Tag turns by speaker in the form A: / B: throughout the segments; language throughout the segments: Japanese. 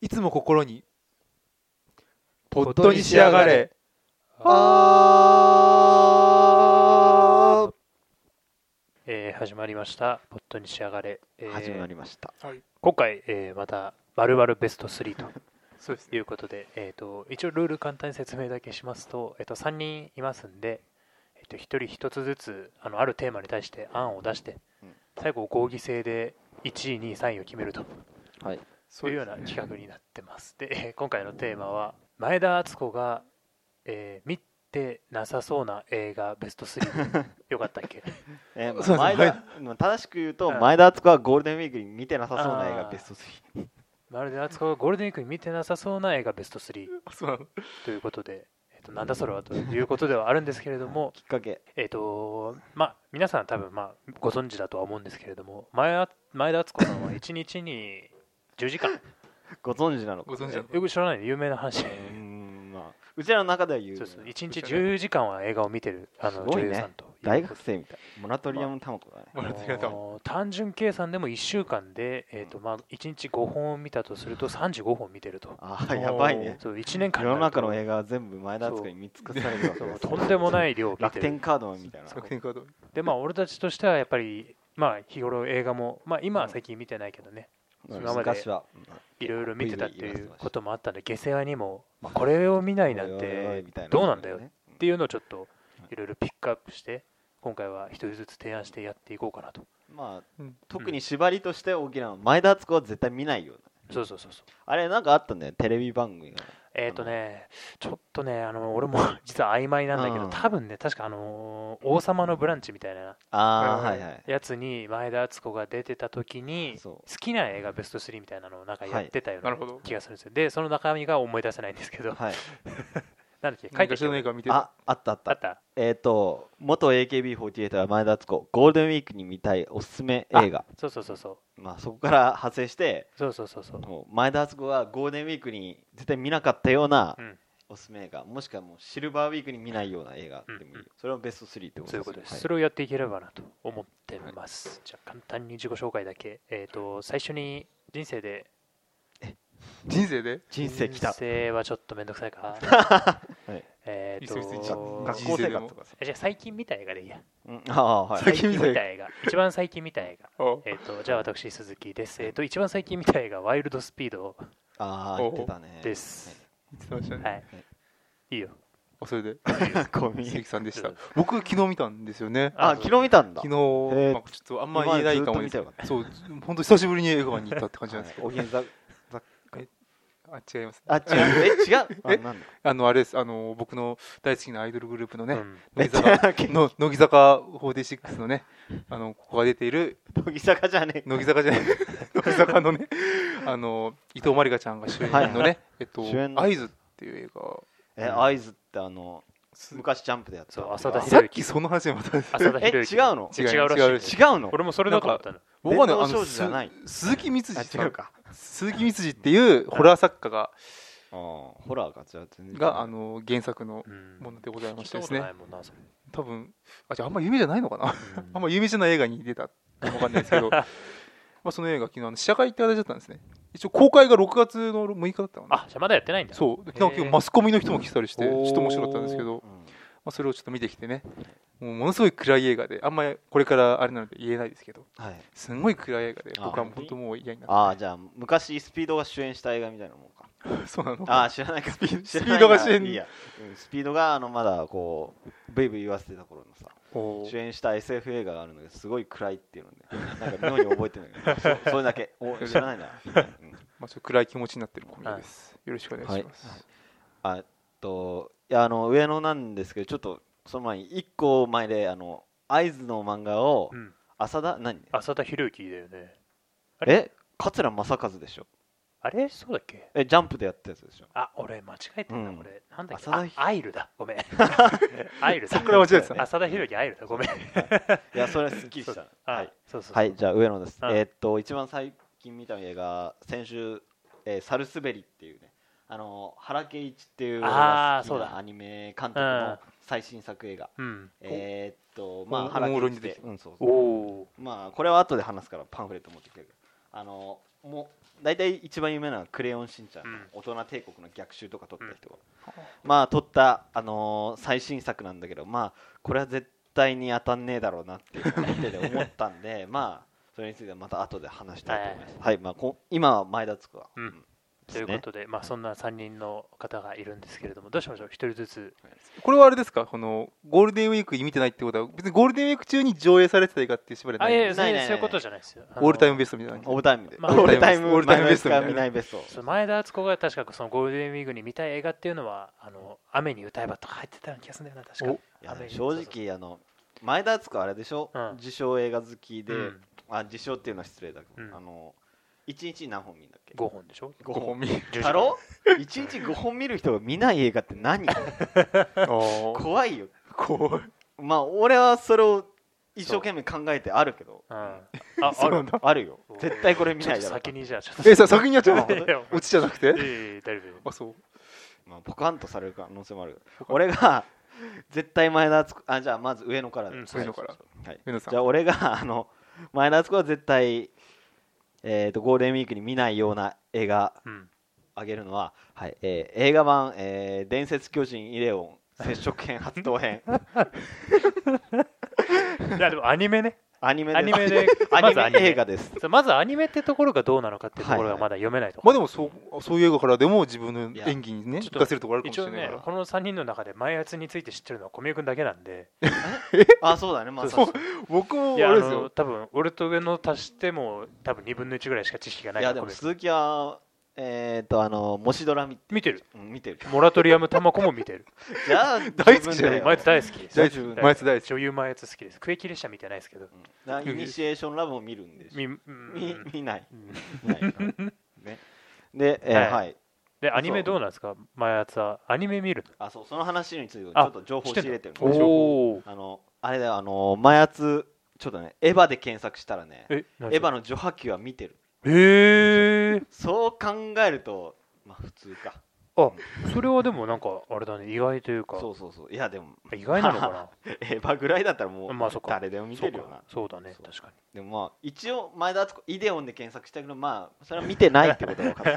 A: いつも心にポ
B: ッドに仕上がれ
A: あー
B: えー始まりました「ポットに仕上がれ」えー
C: 始まりました、
B: 今回、えーまた「まるまるベスト3」と
A: そうですね
B: いうことで、えー、と一応ルール簡単に説明だけしますと,、えー、と3人いますんで、えー、と1人1つずつあのあるテーマに対して案を出して、
C: うん
B: 最後合議制で1位2位3位を決めると
C: はい、
B: そういうよう な企画になってます。で、 えー今回のテーマは前田敦子が、えー見てなさそうな映画ベスト3 よかったっけ
C: えーまあ
A: そうですね
C: 前田まあ正しく言うと
B: うん
C: 前田敦子はゴールデンウィークに見てなさそうな映
B: あー
C: 画ベスト3
B: まるで敦子がゴールデンウィークに見てなさそうな映画ベスト3
A: そうなの
B: ということで、えっとなんだそれはということではあるんですけれど も、
C: きっかけ
B: えっとまあ、皆さん多分、まあ、ご存知だとは思うんですけれども前田前田敦子さんは1日に10時間
C: ご存知なのか
A: ご存知
B: よ
A: なの
B: く知らないで有名な話
C: うーんまあうちらの中では言う
B: そうそう1日10時間は映画を見てるあの
C: すご
B: 女
C: いね
B: 優さんということで
C: 大学生みたいモラトリアムタマコだね、
A: もらってくれた
B: あの単純計算でも1週間で、えっとまあ、1日5本見たとすると35本見てると
C: ああやばいね
B: そう1年間
C: 世
B: になる
C: の中
B: と
C: の映画は全部前田敦子に見尽くされるわけ
B: そう
C: です
B: とんでもないい量を見て
C: 楽
B: る
C: 天カードみたいな
B: そう
A: 作品カード
B: でまあ俺たちとしてはやっぱりまあ日頃映画もまあ今は
C: うん
B: 最近見てないけどね
C: うん
B: 今まで
C: 昔は、
B: いろいろ見てたって
C: ブイブイ
B: い
C: 言
B: う
C: わせてました
B: こともあったんで下世話にも、まあ、これを見ないなん
C: おいおいおい
B: て
C: みたい
B: どうなんだよ
C: ね
B: っていうのをちょっといろいろピックアップして今回は一人ずつ提案してやっていこうかなと
C: まあ
A: うん
C: 特に縛りとして大きなのは前田敦子は絶対見ないような
B: そうそうそうそう
C: あれなんかあったんだよテレビ番組が
B: えっ、とねちょっとねあの俺も実は曖昧なんだけ
C: う
B: ど
C: ん
B: 多分ね確かあのー王様のブランチみたいな
C: ああ
A: は
C: はいい
A: は
C: はい
B: やつに前田敦子が出てた時に
C: そ
B: 好
C: う
B: きな映画ベスト3みたいなのをなんかやってたよう
A: なる
B: な
A: ほど
B: 気がするんですよ。で、その中身が思い出せないんですけど、
C: はい
B: なんだっけ、書
A: 何
B: い
A: か
B: てき
A: 知ら
B: た
A: ないから見てる
C: ああったあっ
B: あ
C: た
B: った
C: えっ、と元 AKB48 は前田敦子ゴールデンウィークに見たいおすすめ映画
B: そうそうそうそう。
C: まあそこから派生して
B: そうそうそうそう。
C: もう前田敦子はゴールデンウィークに絶対見なかったような
B: うん
C: おすすめ映画もしくはもうシルバーウィークに見ないような映画でもいい、
B: うんうん
C: それをベスト3ってこと
B: そういうこと
C: で
B: ですす。
C: よ
B: それをやっていければなと思ってます。じゃあ、簡単に自己紹介だけ。えっ、と、最初に人生で、
A: 人生で
C: 人生来た
B: 人生はちょっとめんどくさい か。
C: はい
B: えっと、
A: いいっすよいいっすよ
C: 学校生活とかさ、
B: えじゃあ最近見た映画でいいや。
C: うん、ああはい
A: 最近見た映画
B: 見た映画。一番最近見た映画。
A: あ
B: えっとじゃあ私、鈴木です。えっと一番最近見た映画、ワイルドスピード
C: ああ言ってたね
B: です。
A: 言ってましたね
B: はい。いいよ。
A: あそれで
C: コミ
A: 鈴木さんでした
B: そうで
A: 僕昨日見たんですよね
C: あ昨日見たんだ
A: 昨日、
C: えー
A: まあ、ちょっとあんま言えないかもです
C: 今ま
A: そう本当久しぶりに映画館に行ったって感じなんですけど、
C: はいおひざ
A: あ違います
C: あ違うえ違うあ
A: え
C: なんだ
A: あのあれですあの僕の大好きなアイドルグループのね、
B: うん
A: 乃木坂
C: え違う
A: の乃木坂46のねあのここが出ている
C: 乃木坂じゃねえ
A: 乃木坂じ ゃない乃木坂のねあの伊藤まりかちゃんが主演のね、
C: はいはい
A: えっと
C: 主演の
A: 合図っていう映画
C: え合図ってあの昔ジャンプでやってた
B: そう浅田
A: さっきその話でまた
B: 浅田
C: え違
B: 博
C: う
B: 之
C: の
B: 違うらしい。
C: 違うの
B: 俺もそれだと思ったの。
A: 僕はね
C: 電
A: あ
C: 脳少
A: の
C: 女じゃない
A: す鈴木光
C: あ
A: 司
C: 違うか
A: 鈴木光司っていうホラー作家が
C: あーホラーがじゃあ全然違う
A: があの原作の
B: うん
A: ものでございまして
B: 聞い
A: で
B: た
A: すね
B: ことないもんなそれ
A: 多分あじゃああんま有名じゃないのかなあん
B: ま
A: ま有名じゃない映画に出たかもわかんないですけど まあその映画昨日あの試写会って形だったんですね一応公開が6月の6日だったのね
B: あ、じゃあまだやってないんだ。
A: そう昨
B: へー
A: 日結構マスコミの人も来てたりしてち
C: おー
A: ょっと面白かったんですけど、ま
C: うん
A: あ、それをちょっと見てきてねもうものすごい暗い映画であんまりこれからあれなので言えないですけど
C: はい
A: すんごい暗い映画で
C: あー
A: 僕は本当もう嫌になっ
C: ああじゃあ昔スピードが主演した映画みたいなもんか
A: たそうなの
C: ああ知らないかスピー
A: スピードが主演
C: いいや、うんスピードがあのまだこうブイブイ言わせてた頃のさ
A: おー
C: 主演した SF 映画があるんだけどすごい暗いっていうの でなんか妙に覚えてるんだけどそそれ だけお知らないな、うん
A: まあ、ちょっと暗い気持ちになってるコミュニです、よろしくお願いします、
C: はいあえっといやあの上野なんですけどちょっとその前に1個前であの会津の漫画を
B: うん。
C: 浅田何
B: 浅田博之だよね。あれ
C: え桂正和でしょ
B: あれそうだっけ
C: えジャンプでやったやつでしょ
B: あ、俺間違えてんな、
C: うん
B: これ。なんだっけ
C: 浅田
B: あ
C: ひ
B: アイルだ。ごめん。アイルだ。
A: 桜間違えてた
B: 浅田博之アイルだ。ごめん。
C: いやそれはすっきりしたは
B: はいい。、そうそうそう。
C: はい、じゃあ上野です、
B: うん
C: えっと一番最近見た映画先週、えーサルスベリ」っていうねあの原敬一っていう俺
B: あ
C: が
B: ー
C: 好
B: そう
C: き
B: だ
C: なアニメ監督
B: うん
C: の最新作映画
B: うん。
C: えーっと、ま
A: お
C: あ、腹
A: おもろい
C: 切
A: の出
C: っ
A: て
C: て
A: き、
C: うん、そう
B: おお。
C: まあ、これは後で話すから、パンフレット持ってきてる。あの、もう大体一番有名なのは「クレヨンしんちゃん」
B: うん
C: 大人帝国の逆襲とか撮った人が、まあ撮った、あのー最新作なんだけどまあこれは絶対に当たんねえだろうなっていうのを見てて思ったんでまあそれについてはまた後で話したいと思います、はいまあ、こ今は前田つくわ、
B: うん
C: で
B: と
C: す
B: い
C: ね
B: うことで、まあ、そんな3人の方がいるんですけれども、どうしましょう、1人ずつ、
A: これはあれですかこのゴールデンウィーク見てないってことは別にゴールデンウィーク中に上映されてた映画っていう縛りは
B: あ、
A: ないい
B: やいや、
A: オ
B: そう
C: ない
B: い
C: ないう
B: そういうことじゃないですよ。あの
A: ールタイムベストみたいな
C: オールタイムで、
B: まあ
C: オールタイム
A: オールタイムベ
C: で
A: ス
C: す
A: ト
C: か
A: みたいな
C: 見ないベスト
B: そう前田敦子が確かそのゴールデンウィークに見たい映画っていうのは、あの雨に歌えばとか入ってたような気がするんだよな、確か。
C: いや
B: 雨に
C: 正直あの前田敦子はあれでしょ、
B: うん
C: 自称映画好きで、
B: うん
C: あ自称っていうのは失礼だけど、
B: うん
C: あの1日何本見るんだっけ
B: 5本でしょ
C: 五
A: 5本見る
B: 10時間
C: だろ一日5本見る人が見ない映画って何 怖いよ
A: 怖い
C: まあ俺はそれを一生懸命考えてあるけど
B: うん。あ、
A: そ
B: あ
A: うな
B: る
A: ん。だ
C: あるよ絶対これ見
B: ちょ
C: な
B: っ
C: い
B: と
C: だろう
B: 先にじゃあ、ちょっ
A: えさ先にやっちゃうの
B: と。いやいや
A: オチじゃなくて
B: いやいや大丈夫
A: あそう
C: まあ、ポカンとされる可能性もある俺が絶対前田敦子あじゃあまず上野からで、
B: うん
A: 上野から
C: はい
A: 上野さん
C: じゃあ俺があの前田敦子は絶対、えー、とゴールデンウィークに見ないような映画
B: うん。
C: あげるのは、はいえー映画版、えー伝説巨人イレオン」接触編初登編
B: いや、でもアニメね。
C: アニメです
B: アニメで、
C: ア
B: まずア
C: ニ
B: ニ
C: メ映
B: メ。
C: 画です
B: そうまずアニメってところがどうなのかってところ
C: はい
B: が
C: はい
B: まだ読めないと。
A: まあでもそうそういう映画からでも自分の
C: いや
A: 演技にね
B: ちょっ
A: 生
B: と
A: かせるところある
B: 一
A: かも
B: 応
A: しれない
B: ね
A: から、
B: この3人の中で前圧について知ってるのは小宮君だけなんで、
C: あそうだねまあ
A: そう
C: 確かに
A: 僕も
B: いや、
A: あ
B: あ
A: れですよ
B: の多分俺と上の足しても、多分2分の1ぐらいしか知識がない
C: い
B: か
C: や
B: ら
C: で
B: 小
C: も
B: 宮君
C: 鈴木はえっ、とあのもしドラ見
B: 見てる、
C: うん見てる
B: モラトリアムタマコも見てる、
C: じゃあ
A: 大好きじゃない
C: 自分だよ
B: 前圧大好き、
A: 大
C: 好き
A: 前津大地
B: 女優前圧好きです、クエキ列車見てないですけど、
C: うんだからイニシエーションラブを見るんでしょ
B: みうん
C: 見見ない
B: うん
C: 見ないからねで、えー
B: はい
C: はい、
B: で、アニメどうなんですか、前圧は、アニメ見る
C: あそうその話についてちょ
B: あ
C: っと情報を仕入れてる
B: の
C: んで
B: おー、
C: あのあれだよあの前やつちょっとねエヴァで検索したらね
B: え、
C: エヴァ
B: の、
C: の序波球は見てる
B: えー、
C: そう考えるとまあ普通か
B: あそれはでもなんか、あれだね、意外というか、
C: そうそうそういやでも
B: 意外なのか
C: エヴァぐらいだったらもう
B: まあそっか
C: 誰でも
B: な、
C: 見
B: そ
C: て
B: う
C: るよな
B: かそうだね
C: そ、う
B: 確かに。
C: でもまあ一応前田敦子イデオンで検索したけどまあそれは見てないってことが分かっ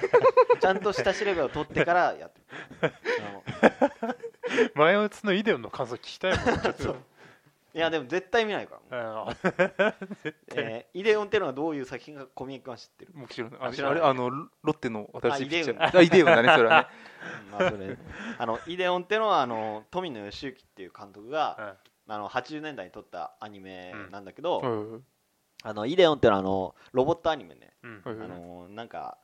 C: たちゃんと下調べを取ってからやってるあの
B: 前打つのイデオンの感想聞きたいもん、ちょっと。
C: いやでも絶対見ないから、
B: あ
C: えーイデオンっていうのはどういう作品か小宮君は知ってる、
A: もちろんあ
C: 知
A: れ
C: ら
A: あ
C: ない
A: れあのロッテの新しいピッチャ
C: あ
A: ーあイデウンだねそれ はね
C: うんまあ、それ あのイデオンっていうのはあの富野義行っていう監督が、あの80年代に撮ったアニメなんだけど、
A: うん
C: あのイデオンっていうのはあのロボットアニメね、
B: うん、
A: うん
C: あのなんか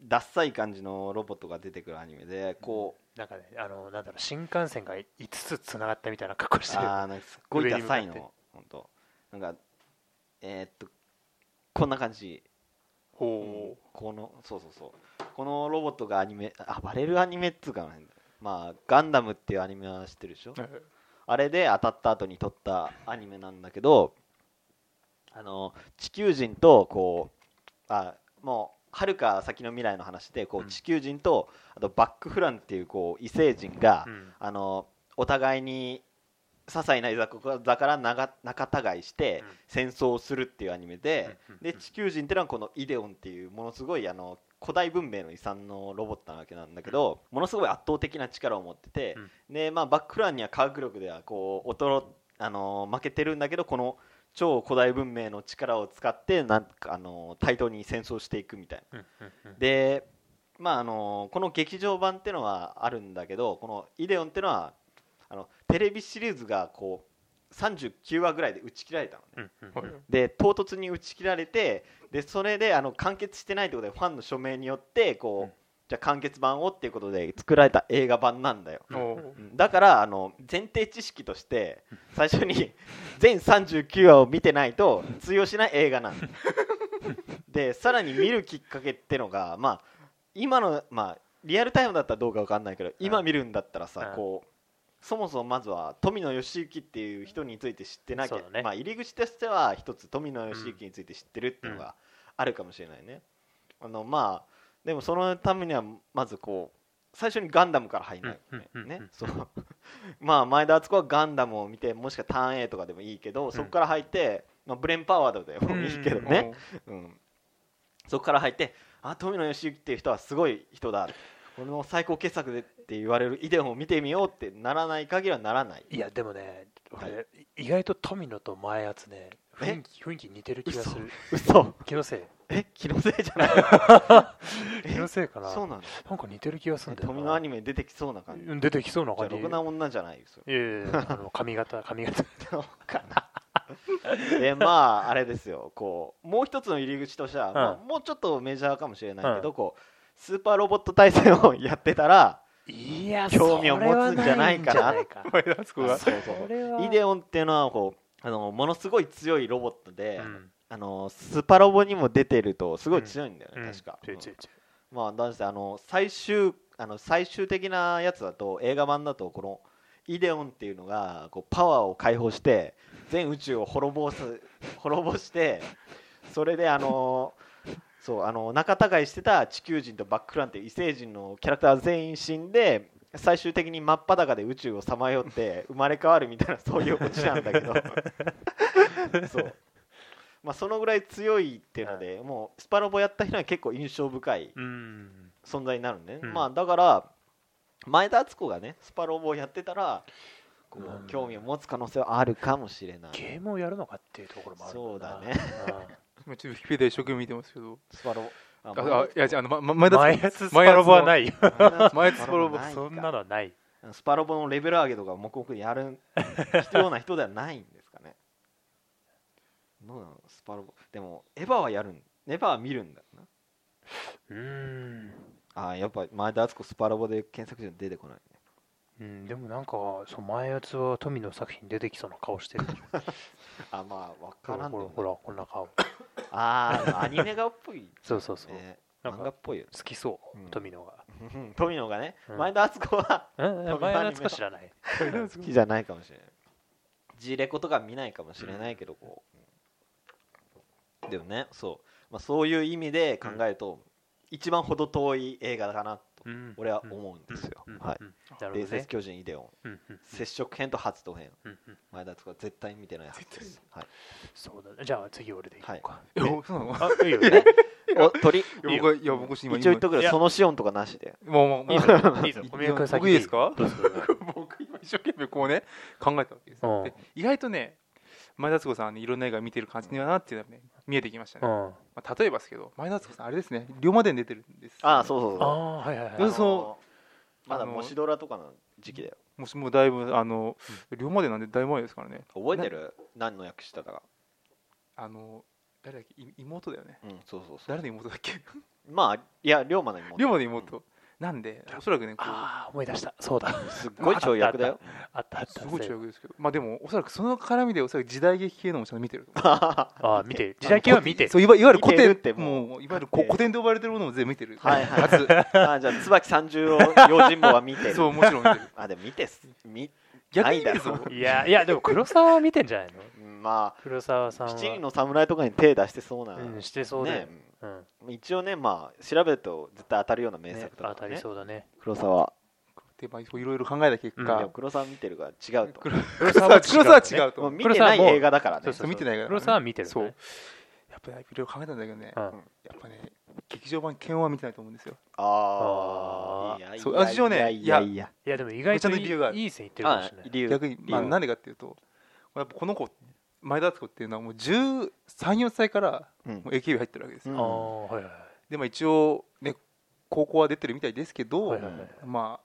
C: ダッサい感じのロボットが出てくるアニメでこ
B: なんかね、あの、なんだろう、新幹線が5つつながったみたいな格好し
C: う、
B: てる。
C: あーなんかすっごいダサい
B: 上に向
C: の本当なんかえーっとこんな感じ
B: ほ
C: このそうそうそうこのロボットがアニメ暴れるアニメっつうかねまあガンダムっていうアニメは知ってるでしょ
A: はいはい
C: あれで当たった後に撮ったアニメなんだけどあの地球人とこうあもうはるか先の未来の話でこ
B: うん
C: う地球人とあとバックフランっていうこう異星人が、
B: う。うん。
C: あのお互いに些細ないざこざから仲仲違いして
B: うん
C: 戦争をするっていうアニメで,、
B: うんうん
C: で地球人ってのはこのイデオンっていうものすごいあの古代文明の遺産のロボットなわけなんだけど、ものすごい圧倒的な力を持ってて、でまあ、バックフランには科学力ではこう衰あの負けてるんだけどこの超古代文明の力を使ってなんかあの対等に戦争していくみたいな。
B: うんうんうん
C: で、まああのこの劇場版ってのはあるんだけどこの「イデオン」ってのはあのテレビシリーズがこう39話ぐらいで打ち切られたのね
B: うんうん
A: はい
C: で唐突に打ち切られてでそれであの完結してないってことでファンの署名によってこう、
B: うん
C: じゃあ完結版をっていうことで作られた映画版なんだよ
A: お
B: うん
A: ー
C: うんだからあの前提知識として最初に 全39話を見てないと通用しない映画なんだでさらに見るきっかけってのがまあ今のまあリアルタイムだったらどうかわかんないけど今見るんだったら
B: う
C: さ
B: ん
C: こうそもそもまずは富野義行っていう人について知ってなきゃ
B: そうだ、ね
C: まあ入り口としては一つ富野義行について知ってるっていうのがあるかもしれないね。あのまあでもそのためにはまずこう最初にガンダムから入んないよね
B: うんうんうんうん
C: ねそう まあ前田敦子はガンダムを見てもしくはターン A とかでもいいけどそこから入って、まあ、ブレンパワードでもいいけどね、うんそこから入ってあ富野義行っていう人はすごい人だ俺の最高傑作でって言われるイデオンを見てみようってならない限りはならない
B: いやでもね俺、
C: は
B: 意外と富野と前やつね雰
C: え
B: 囲気雰囲気似てる気がする
C: 嘘
B: 気のせい
C: え気のせいじゃないえ
B: 気のせいかな
C: そうなの
B: なんか似てる気がするんだよな
C: 富野アニメ出てきそうな感じ
B: うん出てきそうな
C: じゃ
B: 感
C: あ
B: じ
C: ろくな女じゃないですよ
B: いやいやいやあの髪型髪型
C: どうか なでまああれですよこうもう一つの入り口としては、まあもうちょっとメジャーかもしれないけど、こうスーパーロボット対戦をやってたら
B: いや
C: 興味を持つんじゃないかな
B: それはんじゃないか
A: 前田敦子が
C: そうそう
B: それは
C: イデオンっていうのはこうあのものすごい強いロボットで、
B: うん
C: あのスパロボにも出てるとすごい強いんだよね、
B: うん
C: 確か、
B: 違う違う違う
C: まあだしてあの最終あの最終的なやつだと映画版だとこのイデオンっていうのがこうパワーを解放して全宇宙を滅ぼす 滅ぼしてそれであのそうあの仲違いしてた地球人とバックランっていう異星人のキャラクター全員死んで最終的に真っ裸で宇宙をさまよって生まれ変わるみたいなそういうオチなんだけどそう、まあ、そのぐらい強いっていうので、もうスパロボやった人は結構印象深い
B: うん
C: 存在になるね、
B: うん
C: まあだから前田敦子がねスパロボをやってたらこう
B: うん
C: 興味を持つ可能性はあるかもしれない、
B: ゲームをやるのかっていうところもあるもんな
C: そうだね
A: 今ちょっとウィキペディア一生懸命見てますけど
C: スパロボあ
A: ああいやじゃああのま前
B: うん
A: 田
B: 前
A: 敦
B: や
A: 子
B: つスパロボはないいよ
A: 前田敦子ロボ
C: スパないか
B: そんなのはない
C: スパロボのレベル上げとか黙々やる必要な人ではないんですかねどうなのスパロボでもエヴァはやるんエヴァは見るんだよな
B: うん
C: あーやっぱ前田敦子スパロボで検索して出てこないね
B: うん、でもなんかそう前やつは富の作品出てきそうな顔してる
C: あまあ
B: ほ
C: 分かららん
B: ほ
C: で
B: ら
C: も
B: ほらこんな顔
C: ないあーアニメがっぽい
B: そうそうそう、
C: ね
B: なん
C: 漫
B: か
C: 画っぽいよね
B: 好きそう、
C: うん
B: 富野が
C: うん富野がね、
B: うん
C: 前田敦子は
B: え
C: 野
B: 前やつか知らない
C: 好きじゃないかもしれないジレコとか見ないかもしれないけどこう、でもねそう、まあ、そういう意味で考えると、一番程遠い映画だなと
B: うん
C: 俺は思うんですよ、
B: うんうん
C: はい
B: うんなるほ
C: 伝
B: どね
C: 説巨人イデオン
B: うんうん
C: 接触編と初動編
B: うんうん
C: 前田敦子は絶対見てないはずです、はい、
B: そうだねじゃあ次俺でいこうか、
A: えおそうなの
B: あいいよね
C: お鳥一
A: いや僕はいや僕今
C: 応言っとく
B: い
C: け
B: や
C: どそのシオンとかなしで
A: 今もうもう
B: いいぞいいぞ小宮君先
A: 僕いいですか
B: どうぞどうぞ
A: 僕今一生懸命こうね考えたわけですよ
B: うん
A: で意外とね前田敦子さんはねいろんな映画見てる感じにはなっていうのはね見えてきました
B: う
A: ね、
B: ん
A: まあ、例えばですけど前田敦子さんあれですね龍馬伝出てるんですよね、
C: ああそうそう
B: あ
C: そう
B: あはいはいはい、
A: どうぞ
C: あのまだ
A: あの
C: もしドラとかの時期だよ
A: うもしもうだいぶあの龍馬伝なんでだいぶ前ですからね
C: 覚えてる何の役してたか
A: あの誰だっけい妹だよね
C: うんそうそうそう
A: 誰の妹だっけ
C: まあいや龍馬の妹
A: 龍馬の妹、なんでおそらくねこう
B: ああ思い出したそうだ
C: うんすっごい跳躍 だよ
B: あったあった
A: すごい中学ですけどまあでもおそらくその絡みでおそらく時代劇系のもちゃんと見てると思う
B: ああ見てる時代系は見てる
A: そういわいわゆる古典
C: 見てるっても
A: もういわゆるこ古典で呼ばれてるものも全部見てる
C: はいはい
A: 初
C: あじゃあ椿三十郎用心棒は見てる
A: そうもちろん見てる
C: あでも見てすみ
A: 逆にいいです
C: な
A: よ
C: いだろ
B: いやいやでも黒沢は見てんじゃないの
C: うんま
B: 黒沢さん
C: あ
B: は
C: 七人の侍とかに手出してそうな、
B: うんしてそうだよ、
C: ね
B: うん
C: うん一応ねまあ調べると絶対当たるような名
B: ね
C: 作とか、ね
B: 当たりそうだね
C: 黒沢
A: でまあそういろいろ考えた結
B: うん
C: で
A: 果
C: も黒沢見てるから違うと
A: 黒
B: 黒
A: 沢は違う
C: もう
A: と
C: 見てな
B: 黒沢
C: い
B: も
C: 映画だからね
B: そう
A: そう見てないからね
B: 黒沢は見てる、ね、
A: そうやっぱりいろいろ考えたんだけどね
B: う
A: や
B: ん
A: っぱね劇場版剣は見てないと思うんですよ
C: あ
B: あ
C: あ
B: ー
C: いやいや
A: そう私もね
C: いやいやい
A: い
C: や
B: いやでも意外と
A: ちゃんと
B: い
A: 理由がある
B: いいい線いってるかも
C: あ
B: しれない
C: 理由
A: 逆にまあ
C: 理由
A: なんでかっていうとやっぱこの子前田敦子っていうのはもう1314歳から
C: うん
A: もう AKB 入ってるわけですよ
C: う
B: あ
C: ん
B: あはいはい
A: でまあ一応ね高校は出てるみたいですけど、
B: はいはいはい
A: まあ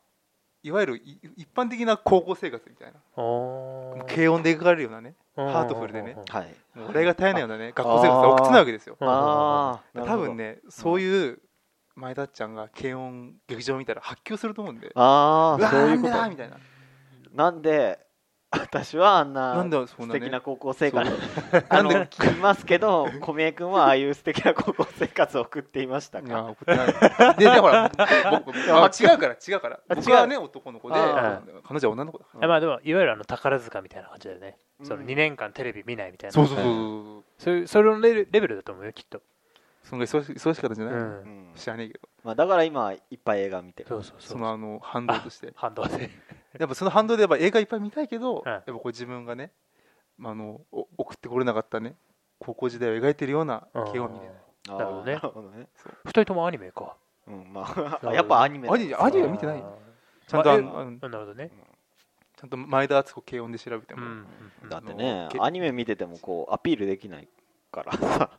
A: いわゆるい一般的な高校生活みたいな
B: あ
A: もう
B: ー
A: 軽音で描かれるようなねハ
B: ハ
A: ートフルでね
C: はい
A: もう俺が絶えないようなね学校生活を送ってたわけですよ
B: あ
C: ー
A: 多分ねそういう前田ちゃんが軽音劇場見たら発狂すると思うんで
C: あ
A: う
C: あ
A: わ
C: そういうこ
A: なんだ
C: と
A: みたいな
C: なんで私はあんな
A: なんだそん
C: 素
A: なね
C: 敵な高校生活
A: な
C: あ
A: ん
C: の
A: で
C: 聞きますけど小宮君はああいう素敵な高校生活を送っていました
A: いや
C: か
A: 送ってないでだから僕僕僕あ違うから違うから
C: あ
A: 僕はね男の子で
C: あ
A: 彼女は女の子だから
B: あまあでもいわゆるあの宝塚みたいな感じだよね、
C: うん
B: その2年間テレビ見ないみたいな
A: そうそうそうそう
B: そういうそれのレベルレベルだと思うよきっと、
A: そのぐらい忙し忙しかったんじゃ
B: う、
A: ない、
C: うんん
A: 知らねえけど
C: まあだから今いっぱい映画見てる
B: そうそうそう
A: そのあの反動として
B: 反動で
A: やっぱその反動でやっぱ映画いっぱい見たいけど、
B: うん
A: やっぱこう自分がね、まあ、あのお送ってこれなかったね高校時代を描いてるような
B: うん
A: 気を見れない、
C: あー
B: なるほどね
C: なるほどね。
B: 二人ともアニメか
C: うん、ま あ、やっぱアニメだ
A: アニメアニメは見てない
B: あー
A: ちゃんとあ
B: ま
A: のあの
B: あえなるほどね
A: ちゃんと前田敦子軽音で調べて
B: うん
A: も、
B: うん
C: だってね
A: あ、の
C: アニメ見ててもこうアピールできないか らさ、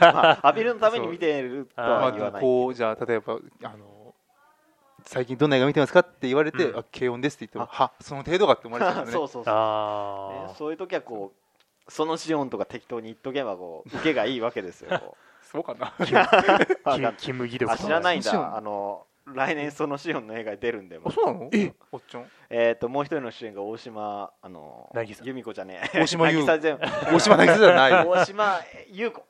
C: まあアピールのために見てると
A: ま
C: は言わ
A: あ、
C: ない。
A: こうじゃあ例えばあの最近どんな映画見てますかって言われて、
B: うん
A: あ軽音ですって言ってもはその程度かって思われちゃうんだ
C: そ
A: よ
C: う
A: ね
C: そうそ
B: あ
C: う。ね
B: あ
C: そういう時はこうそのシオンとか適当に言っとけばこう受けがいいわけですよ。こ
A: そうかな
C: うわかんない
B: キムギ力
C: あ知らないん
A: シオン
C: だ。あの来年そのシオンの映画出るんで。
A: あそうなのえおっちゃん
C: えっともう一人の主演が大島あの
B: 渚
C: 由美子じゃねえ。
A: 大 島優
C: 渚じゃん
A: 大島渚じゃ ないよ
C: 大島優子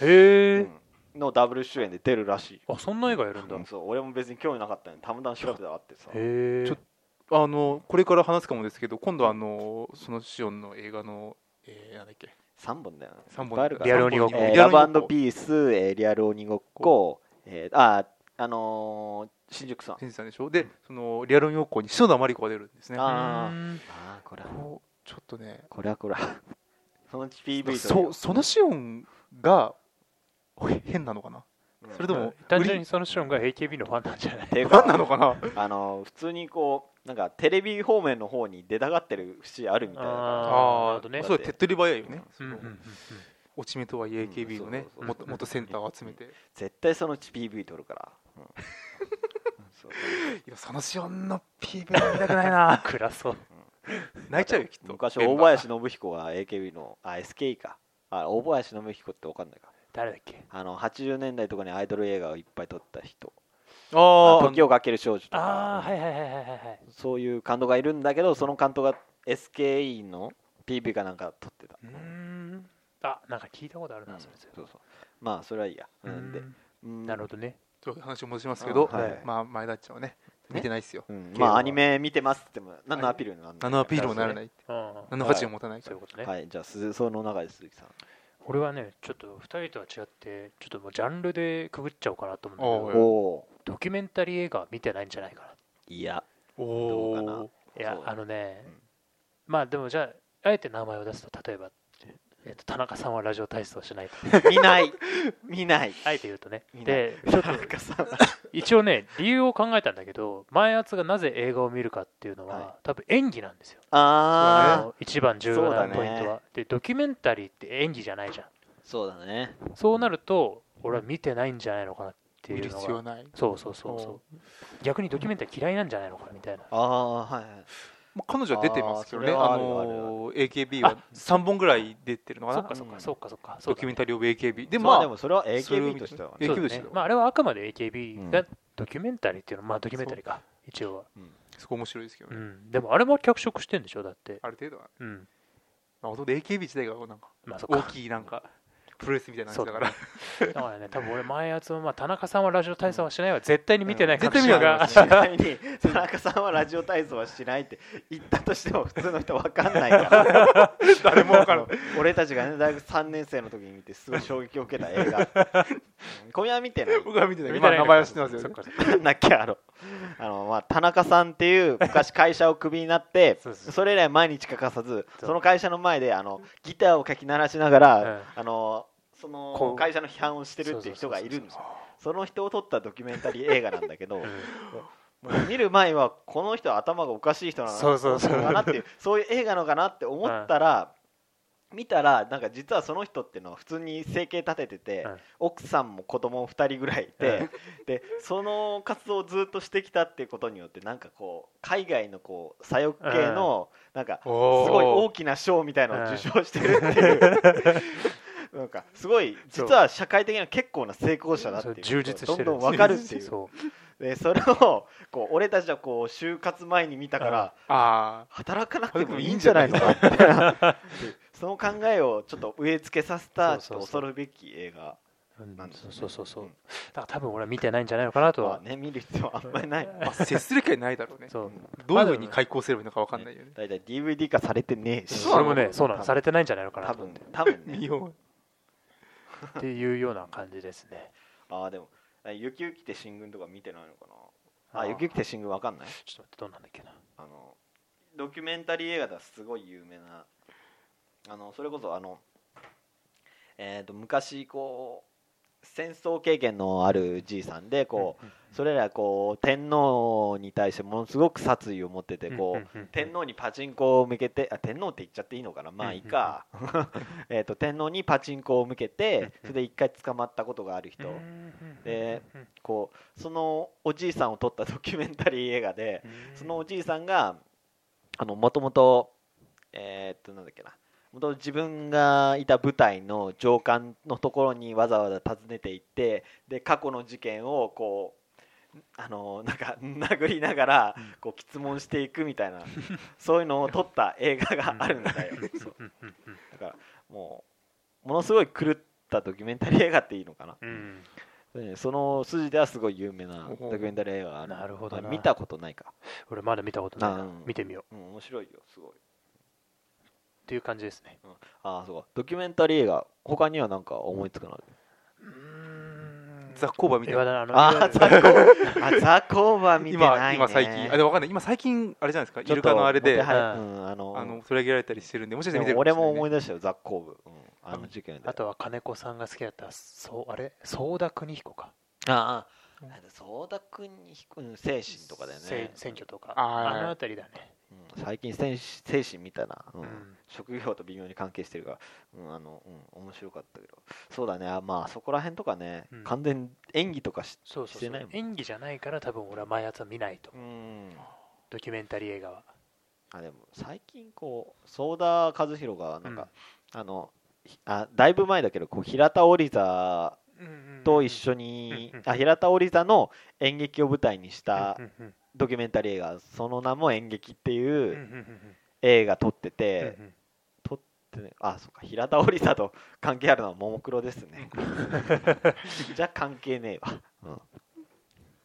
B: へえ
C: うんのダブル主演で出るらしい。
B: あそんな映画やるんだ
C: う
B: へ
C: んそう俺も別に興味なかったのにたまたま調べたらあってさ。
B: え
A: ちょっあのこれから話すかもですけど今度あのそのシオンの映画の、えー、なんだっけ
C: 三本だよね。
A: 三
C: いっ
A: 本
C: ぱいあるから
B: リアル鬼ごっこ
C: えー
A: リア
C: ラ
A: ル鬼ごっこ
C: ブピース、えーリアル鬼ごっこ、えーあー、あのー新宿さん。
A: 先生さんでしょでそのリアル鬼ごっこに篠田麻里子が出るんですね
C: あ
B: あ
C: あーこれは
A: こうちょっとね
C: これはこれは。 そのうち PV
A: そ
C: と
A: そのシオンがおい変なのかな
C: うん
A: それとも
B: 単純にそのシオンが AKB のファンなんじゃない
C: ていう
A: ファンな
C: か
A: のかな
C: あのー普通にこうなんかテレビ方面の方に出たがってる節あるみたいな
B: あー
C: 感
B: なるほどね
A: そうだ手っ取り早いよね、
B: うんうんうんう
A: そうん落ち目とはいえ AKB をね
C: うん
B: そうそ
A: 元
B: うそう
A: 元センターを集めて、い
C: じ。絶対そのうち PV 撮るから。うんそう
A: やそのシオンの PV は見たくないな
B: 暗そう
A: 泣いちゃうよきっと
C: 昔大林信彦が AKB のあ SKE か。あ大林信彦ってわかんないか。
B: 誰だっけ
C: あの80年代とかにアイドル映画をいっぱい撮った人
A: あ
C: 時をかける少女と
B: あ
C: か
B: あはいはいはいはいはいはい
C: そういう監督がいるんだけどその監督が SKE の PV かなんか撮ってた
B: うーんあなんか聞いたことある
C: うん
B: な
C: そ
B: そうれ
C: そうまあそれはいいや
B: う
C: うんで
B: ん
C: うん
B: なるほどね
A: という話を戻しますけど、
C: うんはい
A: まあ前田っちゃんはね見てないっすよ、
C: うん
A: 経営
C: ま
A: は
C: あアニメ見てますって言っても何のアピールにもなんない
A: 何のアピールもならないって
B: うん
A: 何の価値を持たないか
B: そう
A: ら、
B: いうことね
C: はいじゃあ鈴その中で鈴木さん
B: 俺はねちょっと2人とは違ってちょっともうジャンルでくぐっちゃおうかなと思うんだ
A: は
B: け
A: い
B: ど
A: お
C: おお
B: ドキュメンタリー映画は見てないんじゃないかな
C: ーいや
A: お
C: どうかない
B: や
C: そう
B: あのね、
C: うん
B: まあでもじゃああえて名前を出すと例えば、えっと田中さんはラジオ体操し ないと
C: 見ない見ない
B: あえて言うとね
C: 見ない
B: でちょっと
C: なんかさ
B: 一応ね理由を考えたんだけど前圧がなぜ映画を見るかっていうのは、
C: はい
B: 多分演技なんですよあ
C: ああ
B: の一番重要
C: そう
B: な
C: だね
B: ポイントは、でドキュメンタリーって演技じゃないじゃん
C: そうだね
B: そうなると俺は見てないんじゃないのかなって
A: 見
B: い
A: る
B: うの
A: 必要
B: が
A: はない、
B: そうそうそうそう逆にドキュメンタリー嫌いなんじゃないのかみたいな
C: ああはいはい
A: まあ、彼女は出てますけどね
C: あーそれ
A: あ
C: はある
A: のー AKB は3本ぐらい出てるのか
B: そ
A: な
B: っかそっかそっかそっかそ
A: ド
B: うだ
A: キュメ
B: ね
A: ンタリーオブ AKB で
C: まあ
A: ま
C: で
A: あ
C: もそれは
A: それを
C: AKB
A: 見て
C: としてはね
A: え
B: そうだ
A: 影響
B: ね
A: ですよ
B: まあ、あれはあくまで
C: う
B: AKB
C: ん
B: がドキュメンタリーっていうのは、まあドキュメンタリーか、一応は、
A: すごい面白いですけど
B: う
A: ね、
B: ん。でもあれも脚色してんでしょ、だって。
A: ある程度はね、
B: うん。
A: まあ、ほとんど AKB 自体がなんか
B: まあそっ
A: 大
B: か。
A: きいなんかプロレスみたいな感じだから
B: だからね、多分俺、前やつも、まあ、田中さんはラジオ体操はしないは絶対に見てない
A: うん
B: 確信が、
A: 絶対
C: 実際に田中さんはラジオ体操はしないって言ったとしても普通の人分かんないから
A: 誰も分からない
C: 俺たちがね大学3年生の時に見てすごい衝撃を受けた映画 うん今夜は見てない
A: 僕は見てないけど、
B: 見
A: ま
B: て
A: あ、名
B: ないのか
A: 前は知ってますよ、
B: そっ
A: ね
B: かそっか
C: なんだっけあのあの、まあ、田中さんっていう昔会社をクビになって
B: そうそう
C: それ以来毎日欠かさず
B: そう
C: その会社の前であのギターをかき鳴らしながら、
B: うん
C: あのそ
B: こ
C: の
B: う
C: 会社の批判をしてるっていう人がいるんですよその人を撮ったドキュメンタリー映画なんだけ
B: う
C: ど
B: ん
C: 見る前はこの人は頭がおかしい人なの
B: そうそうそう
C: かなっていうそういう映画のかなって思ったら、見たらなんか実はその人っていうのは普通に生計立ててて、
B: うん
C: 奥さんも子供二2人ぐらいいて、でその活動をずっとしてきたっていうことによってなんかこう海外のこう左翼系のなんか
A: す
C: すごい大
A: い
C: きな賞みたいのを受賞してるっていう。 なんかすごい実は社会的には結構な成功者だって
B: そ
C: いうう
B: 充実してる
C: どんどん分かるってい う
B: そう
C: でそれをこう俺たちはこう就活前に見たから
A: あ
C: 働かなくてもいいんじゃないのかっていうその考えをちょっと植え付けさせたち
B: そ
C: ょ
B: う
C: っと
B: そうそ
C: 恐
B: う
C: るべき映画
B: うん
C: なんですよね
B: そうそうそう
C: うん
B: だから多分俺は見てないんじゃないのかなと
C: ま
B: は、
C: あね見る必要はあんまり ない
A: あ、まあ、接する機会ないだろうね
B: そう
A: どういうふうに開講すればいいのか分かんないよね
C: 大体 DVD 化されてねえし
A: そうな
B: それ
A: の
B: もねそうなのさ
C: れ
B: れてないんじゃないのかな
C: 多
B: と思っ
C: 分
B: て
C: 多分
A: 見
C: ね
A: よう
B: っていうような感じですね
C: ああでもあ雪雪って新軍とか見てないのかな
B: あ
C: あ
B: ー
C: 雪雪って新軍わかんない
B: ちょっと待ってどうなんだっけな
C: あのドキュメンタリー映画ではすごい有名なあのそれこそあの、えー、と昔こう戦争経験のあるじいさんでこ
B: うん
C: うそれらこう天皇に対してものすごく殺意を持っててこう、
B: うんうんうん
C: 天皇にパチンコを向けてあ天皇って言っちゃっていいのかなまあいいか えっと天皇にパチンコを向けてそれで一回捕まったことがある人でこうそのおじいさんを撮ったドキュメンタリー映画でそのおじいさんがもともとえっとなんだっけな元々自分がいた部隊の上官のところにわざわざ訪ねて行ってで過去の事件をこうあのなんか殴りながらこう質問していくみたいなそういうのを 撮った映画があるんだよそう
B: うんうんうん
C: だからもうものすごい狂ったドキュメンタリー映画っていいのかな
B: うん
C: でねその筋ではすごい有名な
A: お
C: ド
A: ほ
C: キュメンタリー映画がある
B: なるほど
C: あ
B: な
C: 見たことないか、
B: 俺まだ見たことないな
C: うん
B: 見てみよう
C: うん、面白いよすごい
B: っていう感じですね
C: ああそうかドキュメンタリー映画他にはなんか思いつかない
A: ザ・コーバーみたい
B: いわゆ
A: な
B: るあのいわ
C: あ
B: ゆる
C: ザコーあザコーバー見てない、
A: 今今
C: ね、
A: 最近あでもわかんない今最近あれじゃないですかイ
C: ちょっ
A: ル
C: と
A: カのあれ
C: も
A: で
C: てはや
B: う
C: うんあの
A: あの取り上げられたりしてるんでもしかした
C: で
A: ら見
C: も
A: てる
C: 俺も思
A: い
C: い出したよザコーブ、うん、あの事件で
B: あとは金子さんが好きだったそうあれ相田邦彦か
C: ああ、
A: うん
C: なんだ相田君に引く、うん、精神とかだよ
B: せ
C: ね。
B: 選挙とか
A: あー
B: あの辺りだね
C: うん最近精神精神みたいな、うん
B: うん
C: 職業と微妙に関係してるから、うんあのうん、面白かったけど、そうだね、あまあそこら辺とかね、
B: うん
C: 完全に演技とかし、
B: そうそ
C: し
B: うそ
C: てないうもん
B: 演技じゃないから多分俺は毎朝見ないと
C: うん、
B: ドキュメンタリー映画は
C: あでも最近こう相田和弘がなんか、あのひあだいぶ前だけどこう平田織座と一緒に、
B: うんうん
C: あ平田織座の演劇を舞台にした
B: うんうん
C: ドキュメンタリー映画、その名も演劇ってい
B: うん
C: う。
B: うんうんうん
C: 映画撮っ
B: う
C: て
B: ん
C: て、でねあそうか平田織沙と関係あるのはももクロです ねじゃあ関係ねえわ、う
B: う
C: ん、
B: ん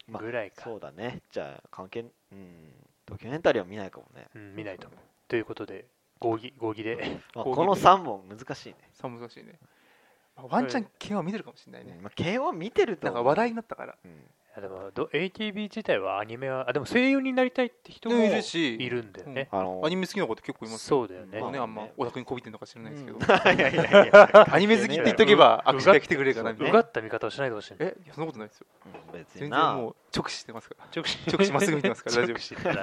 C: まあ
B: ぐらいか
C: そうだねじゃあ関係うんドキュメンタリーは見ないかもね、
B: うん見ないと思うということで合議合議で
C: まあ
A: こう
C: この3本難しいね、
A: さ難しいねまあワンチャン系は見てるかもしれないね
C: まあ、K1 見てると
A: なん
C: 思
A: か
C: う
A: 話題になったから
C: うん
B: あでもど AKB 自体はアニメはあでも声優になりたいって人も
A: ねいるし
B: いるんだよね
C: あの
A: アニメ好きな子って結構いますよ
B: そうだよね
A: まあね あ
C: まあ
A: ん
C: ね
A: まオタクにこびてるのか知らないですけど
C: うんいやいやい や
A: アニメ好きって言っとけば握手会来てくれるかなみた
B: う
A: い
B: が
A: な
B: った見方をしないでほしいの
A: えいやそんなことないですよ
C: うん別に
A: 全然
C: な
A: もう直視してますから直視直視まっすぐ見てます から大丈夫
B: 直視だ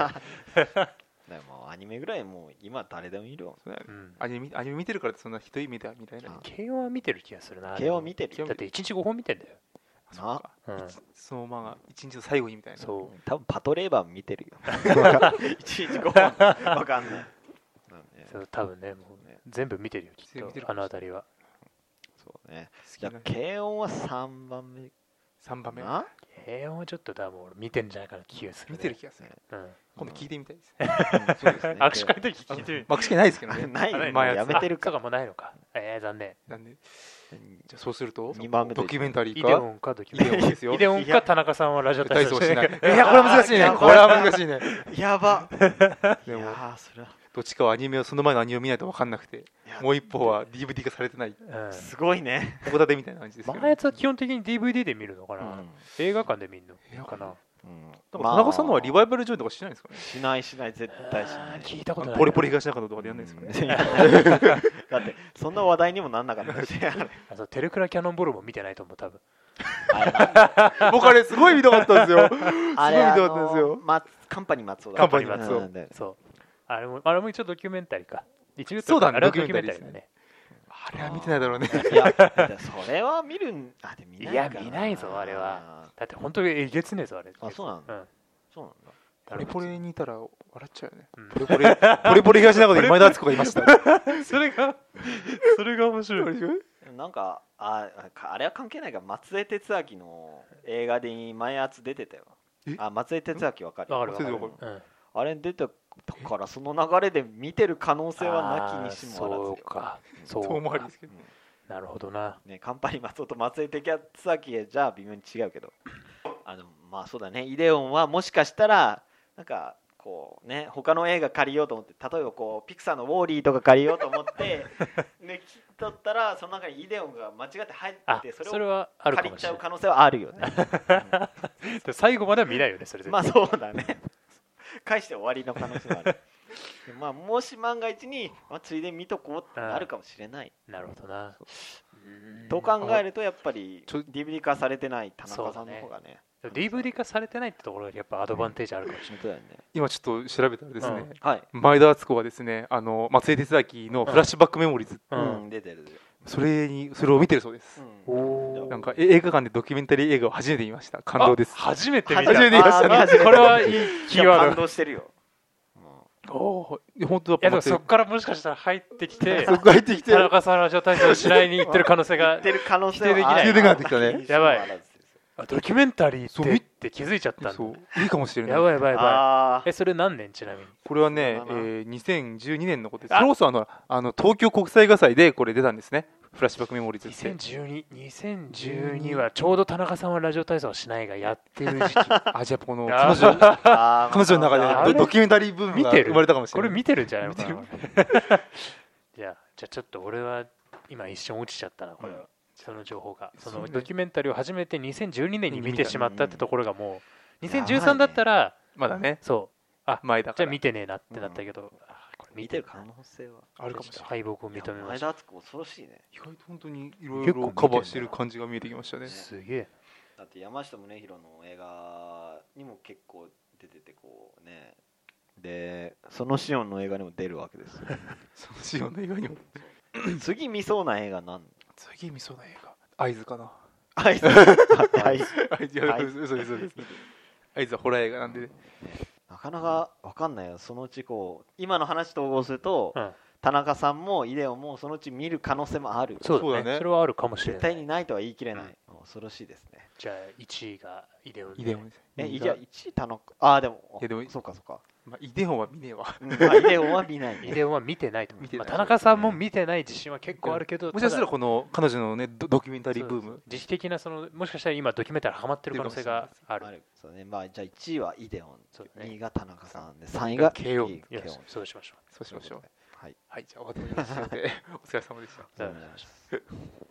B: な
C: でもアニメぐらいもう今誰でもいるよ
A: そうだよね
B: うん
A: アニメアニメ見てるからってそんなひどい目では見られない
C: あ
B: 慶応は見てる気がするな
C: K1 見てる
A: で
C: よ
A: も
B: だって1日5本見てんだよ、
A: そうか
B: うん
A: そのまま一日の最後にみたいな
B: そう
C: 多分パトレーバー見てるよいちいちご飯わかんないまあね
B: そう多分ねもう
C: ね
B: 全部見てるよき
A: 全部見て
B: っ
A: る
B: とあの辺りは
C: そうね
A: 好
C: じゃ
A: き
C: あ
A: な
C: 軽音は3番目
A: 3
C: か
A: 番目
C: な
B: 慶応はちょっと多分俺見てんじゃないかな気がする、ね、
A: 見てる気がする
B: うん
A: 今度聞いてみたいです
C: うんそうですね
B: 握手会の時聞いてる
A: まあ握手会ないですけどね
C: ない
B: あ
C: よ
A: 前やつ
C: やめてる
B: か
C: か
B: がもうないのかえー、残念
A: なんでじゃあそうすると
C: 二番目で
A: ドキュメンタリ
B: イ
A: ー
B: デ
A: か
B: オンかドキ
A: イ
B: ュメン
A: デオンですよ
B: イデオンか田中さんはラジオ
A: 体
B: 体
A: 操
B: 操
A: し ないいいやこれは難しいねこれは難しいね
C: やばい
A: でも
C: やーそれは
A: どっちかはアニメをその前のアニメを見ないと分かんなくて
C: いや
A: もう一方は DVD 化されてない
B: うん
C: すごいね
A: 函館みたいな感じですけど
B: マヤツは基本的に DVD で見るのか
C: う
B: な、
C: ん
B: 映画館で見るの
A: 映画
B: か
A: 館
B: な
A: でも田中さんのはリバイバルジョインとかしないんですかね
C: しないしない絶対しな
B: あ
C: い
B: ー聞いたことない
A: ポリポリ東中野とかでやんないですかね
C: うんいや だってそんな話題にもなんなかったし
B: あそうテレクラキャノンボールも見てないと思う多分
A: 僕あれすごい見たかったんですよ
C: あれあ
A: すごい見たかったですよ
C: のまカンパニー松尾だ
A: カンパニー松尾
C: うんで
B: そうあれもあれも一応ドキュメンタリーか一応
A: そうだね
B: あれはドキュメンタリー
A: ドキ
B: だ
A: ュメンタリーです
B: ね
A: あれは見てないだろう ね
C: いやそれは見るんあで見ない
B: いや
C: か
B: 見ないぞあれはだって本当にえげつねえぞあれ
C: あそうなの
B: うん
C: そうなんだ
A: ポリポリにいたら笑っちゃうよね
B: うん
A: ポリポリポ リポリ東中野に前田敦子がいました
B: それが それが面白い
C: でもなんかああれは関係ないから松江哲明の映画で前やつ出てたよ
A: え
C: あ松江哲明わかる
B: わかるわか
A: る
B: うん
C: あれに出てたからその流れで見てる可能性はなきにしもあら
B: そ
C: ずよ
B: うか
C: うん
B: そう
A: 遠回り
B: か
A: ですけ
C: うん
A: ど
B: なるほどな
C: ねカンパニー松尾と松江哲明じゃあ微妙に違うけどあでもまあそうだねイデオンはもしかしたらなんかこうね他の映画借りようと思って例えばこうピクサーの「ウォーリー」とか借りようと 思って、ね、切っとったらその中にイデオンが間違って入って
B: あ
C: てそ
B: それ
C: れを
B: はあるか
C: 借
B: も
C: り
B: し
C: ちゃ
B: れ
C: う
B: な
C: 可能性はあ るよね
B: い最後までは見ないよねそれで
C: まあそうだね返して終わりの可能性も あるでまあもし万が一に、まあ、ついで見とこうってなるかもしれない
B: なるほどな。
C: と考えるとやっぱり
A: ちょ
C: DVD 化されてない田中さんの方がね
B: DVD 化されてないってところがやっぱアドバンテージあるかもしれ
C: 本当だよね
A: 今ちょっと調べたらですね、
B: うん
C: はい、
A: 前田敦子がですねあの松江哲明の「フラッシュバックメモリーズ」
B: ない、うん
C: うん、出てる出てる、
A: それにそれを見てるそうです、
C: うん
B: お
A: なんかえ映画館でドキュメンタリー映画を初めて見ました感動です
B: あ初めて見た
A: 初めて見ましたね
B: あこれはいいキーワ
C: いや
B: ー
C: 感
B: ドい
C: 動してるよ、うん
A: おー本当だ
B: やでもそ
A: そ
B: こからもしかしたら入ってきて
A: っから入ってきて
B: 田
A: る
B: 中さんのラジオ体操を白井に行ってる可能性
C: 言
B: が
C: ってる可能性
B: 否定できない
A: 出てこなってきた ね
B: やばいあドキュメンタリー
A: そう
B: って
A: み
B: って気づいちゃったんだ
A: そういいかもしれない
B: やばいやばいやば
C: あ
B: いえそれ何年ちなみに
A: これはね
C: そ、う
A: え
C: だな
A: ー、2012年のことです
B: あ
A: それこそあのあの東京国際映画祭でこれ出たんですねフラッシュバックメモリーズって
B: 2012 2012はちょうど田中さんはラジオ体操をしないがやってる時期
A: あじゃあこの彼
B: あ
A: 女
C: ーあー
A: 彼女の
B: あ
A: 中
B: れ
A: でドドキュメンタリーブームが
B: 見てる
A: 生まれたかもし
B: こ
A: れない
B: れ見てるんじゃないのかな
A: 見
B: じゃあじゃあちょっと俺は今一瞬落ちちゃったなこれは、
C: うん
B: その情報がそ
A: そう
B: の
A: ね
B: ドキュメンタリーを初めて2012年に見てしまったってところがもう
C: 見たね
B: 2013だったら
A: まだね
B: そう
A: 前だ
B: じ
A: か
B: ゃあ
A: ら
B: 見てねえなってなったけど、あーこれ
C: 見てる可能性は
A: あるかもしれない
B: 敗北を認めま
C: 前
B: した
C: 田敦子恐ろしいね
A: 意外と本当にいろいろ
B: 結構見てんだ
A: カバーしてる感じが見えてきましたね
B: すげえ
C: だって山下宗弘の映画にも結構出ててこうねでそのシオンの映画にも出るわ けですよ
A: そのシオンの映画にも
C: 次見そうな映画 なん
A: 次見そうな映画合図かな
C: はいはい
A: あいや
C: はい
A: 嘘です嘘です合図はホラー映画なんでね
C: なかなかわかんないよそのうちこう今の話と合成すると、
B: うん
C: 田中さんもイデオンもそのうち見る可能性もある
B: そうだ
A: そ
B: ね
A: うだ
B: そ
A: ね
B: れはあるかもしれ
C: 絶
B: ない
C: 対にないとは言い切れない、恐ろしいですね
B: じゃあ1位がイデオンで
A: イデオンです
C: え
A: い
C: い
A: や
C: や1位田中ああでも
A: いやでも
C: そうかそうか、
A: まあイデオンは見ねえわ
C: うんまあ、イデオンは見な い
B: イデオンは見てないと思う
A: 見てない
B: まあ、田中さんも見てない自信は結構あるけど
A: もしかしたら
B: ただ
A: この彼女のねドドキュメンタリーブー
B: そう
A: ム
B: 自主的なそのもしかしたら今ドキュメンタリーハマってる可能性がある
C: そうねまあじゃあ1位はイデオン、
B: そうだね
C: 2位が田中さんで3位が
B: 慶応
C: KO
B: よしそうしましょう
A: そうしましょう
C: はい
A: はいじゃあ終わってみましょうお疲れ様でした
B: ありがとうございました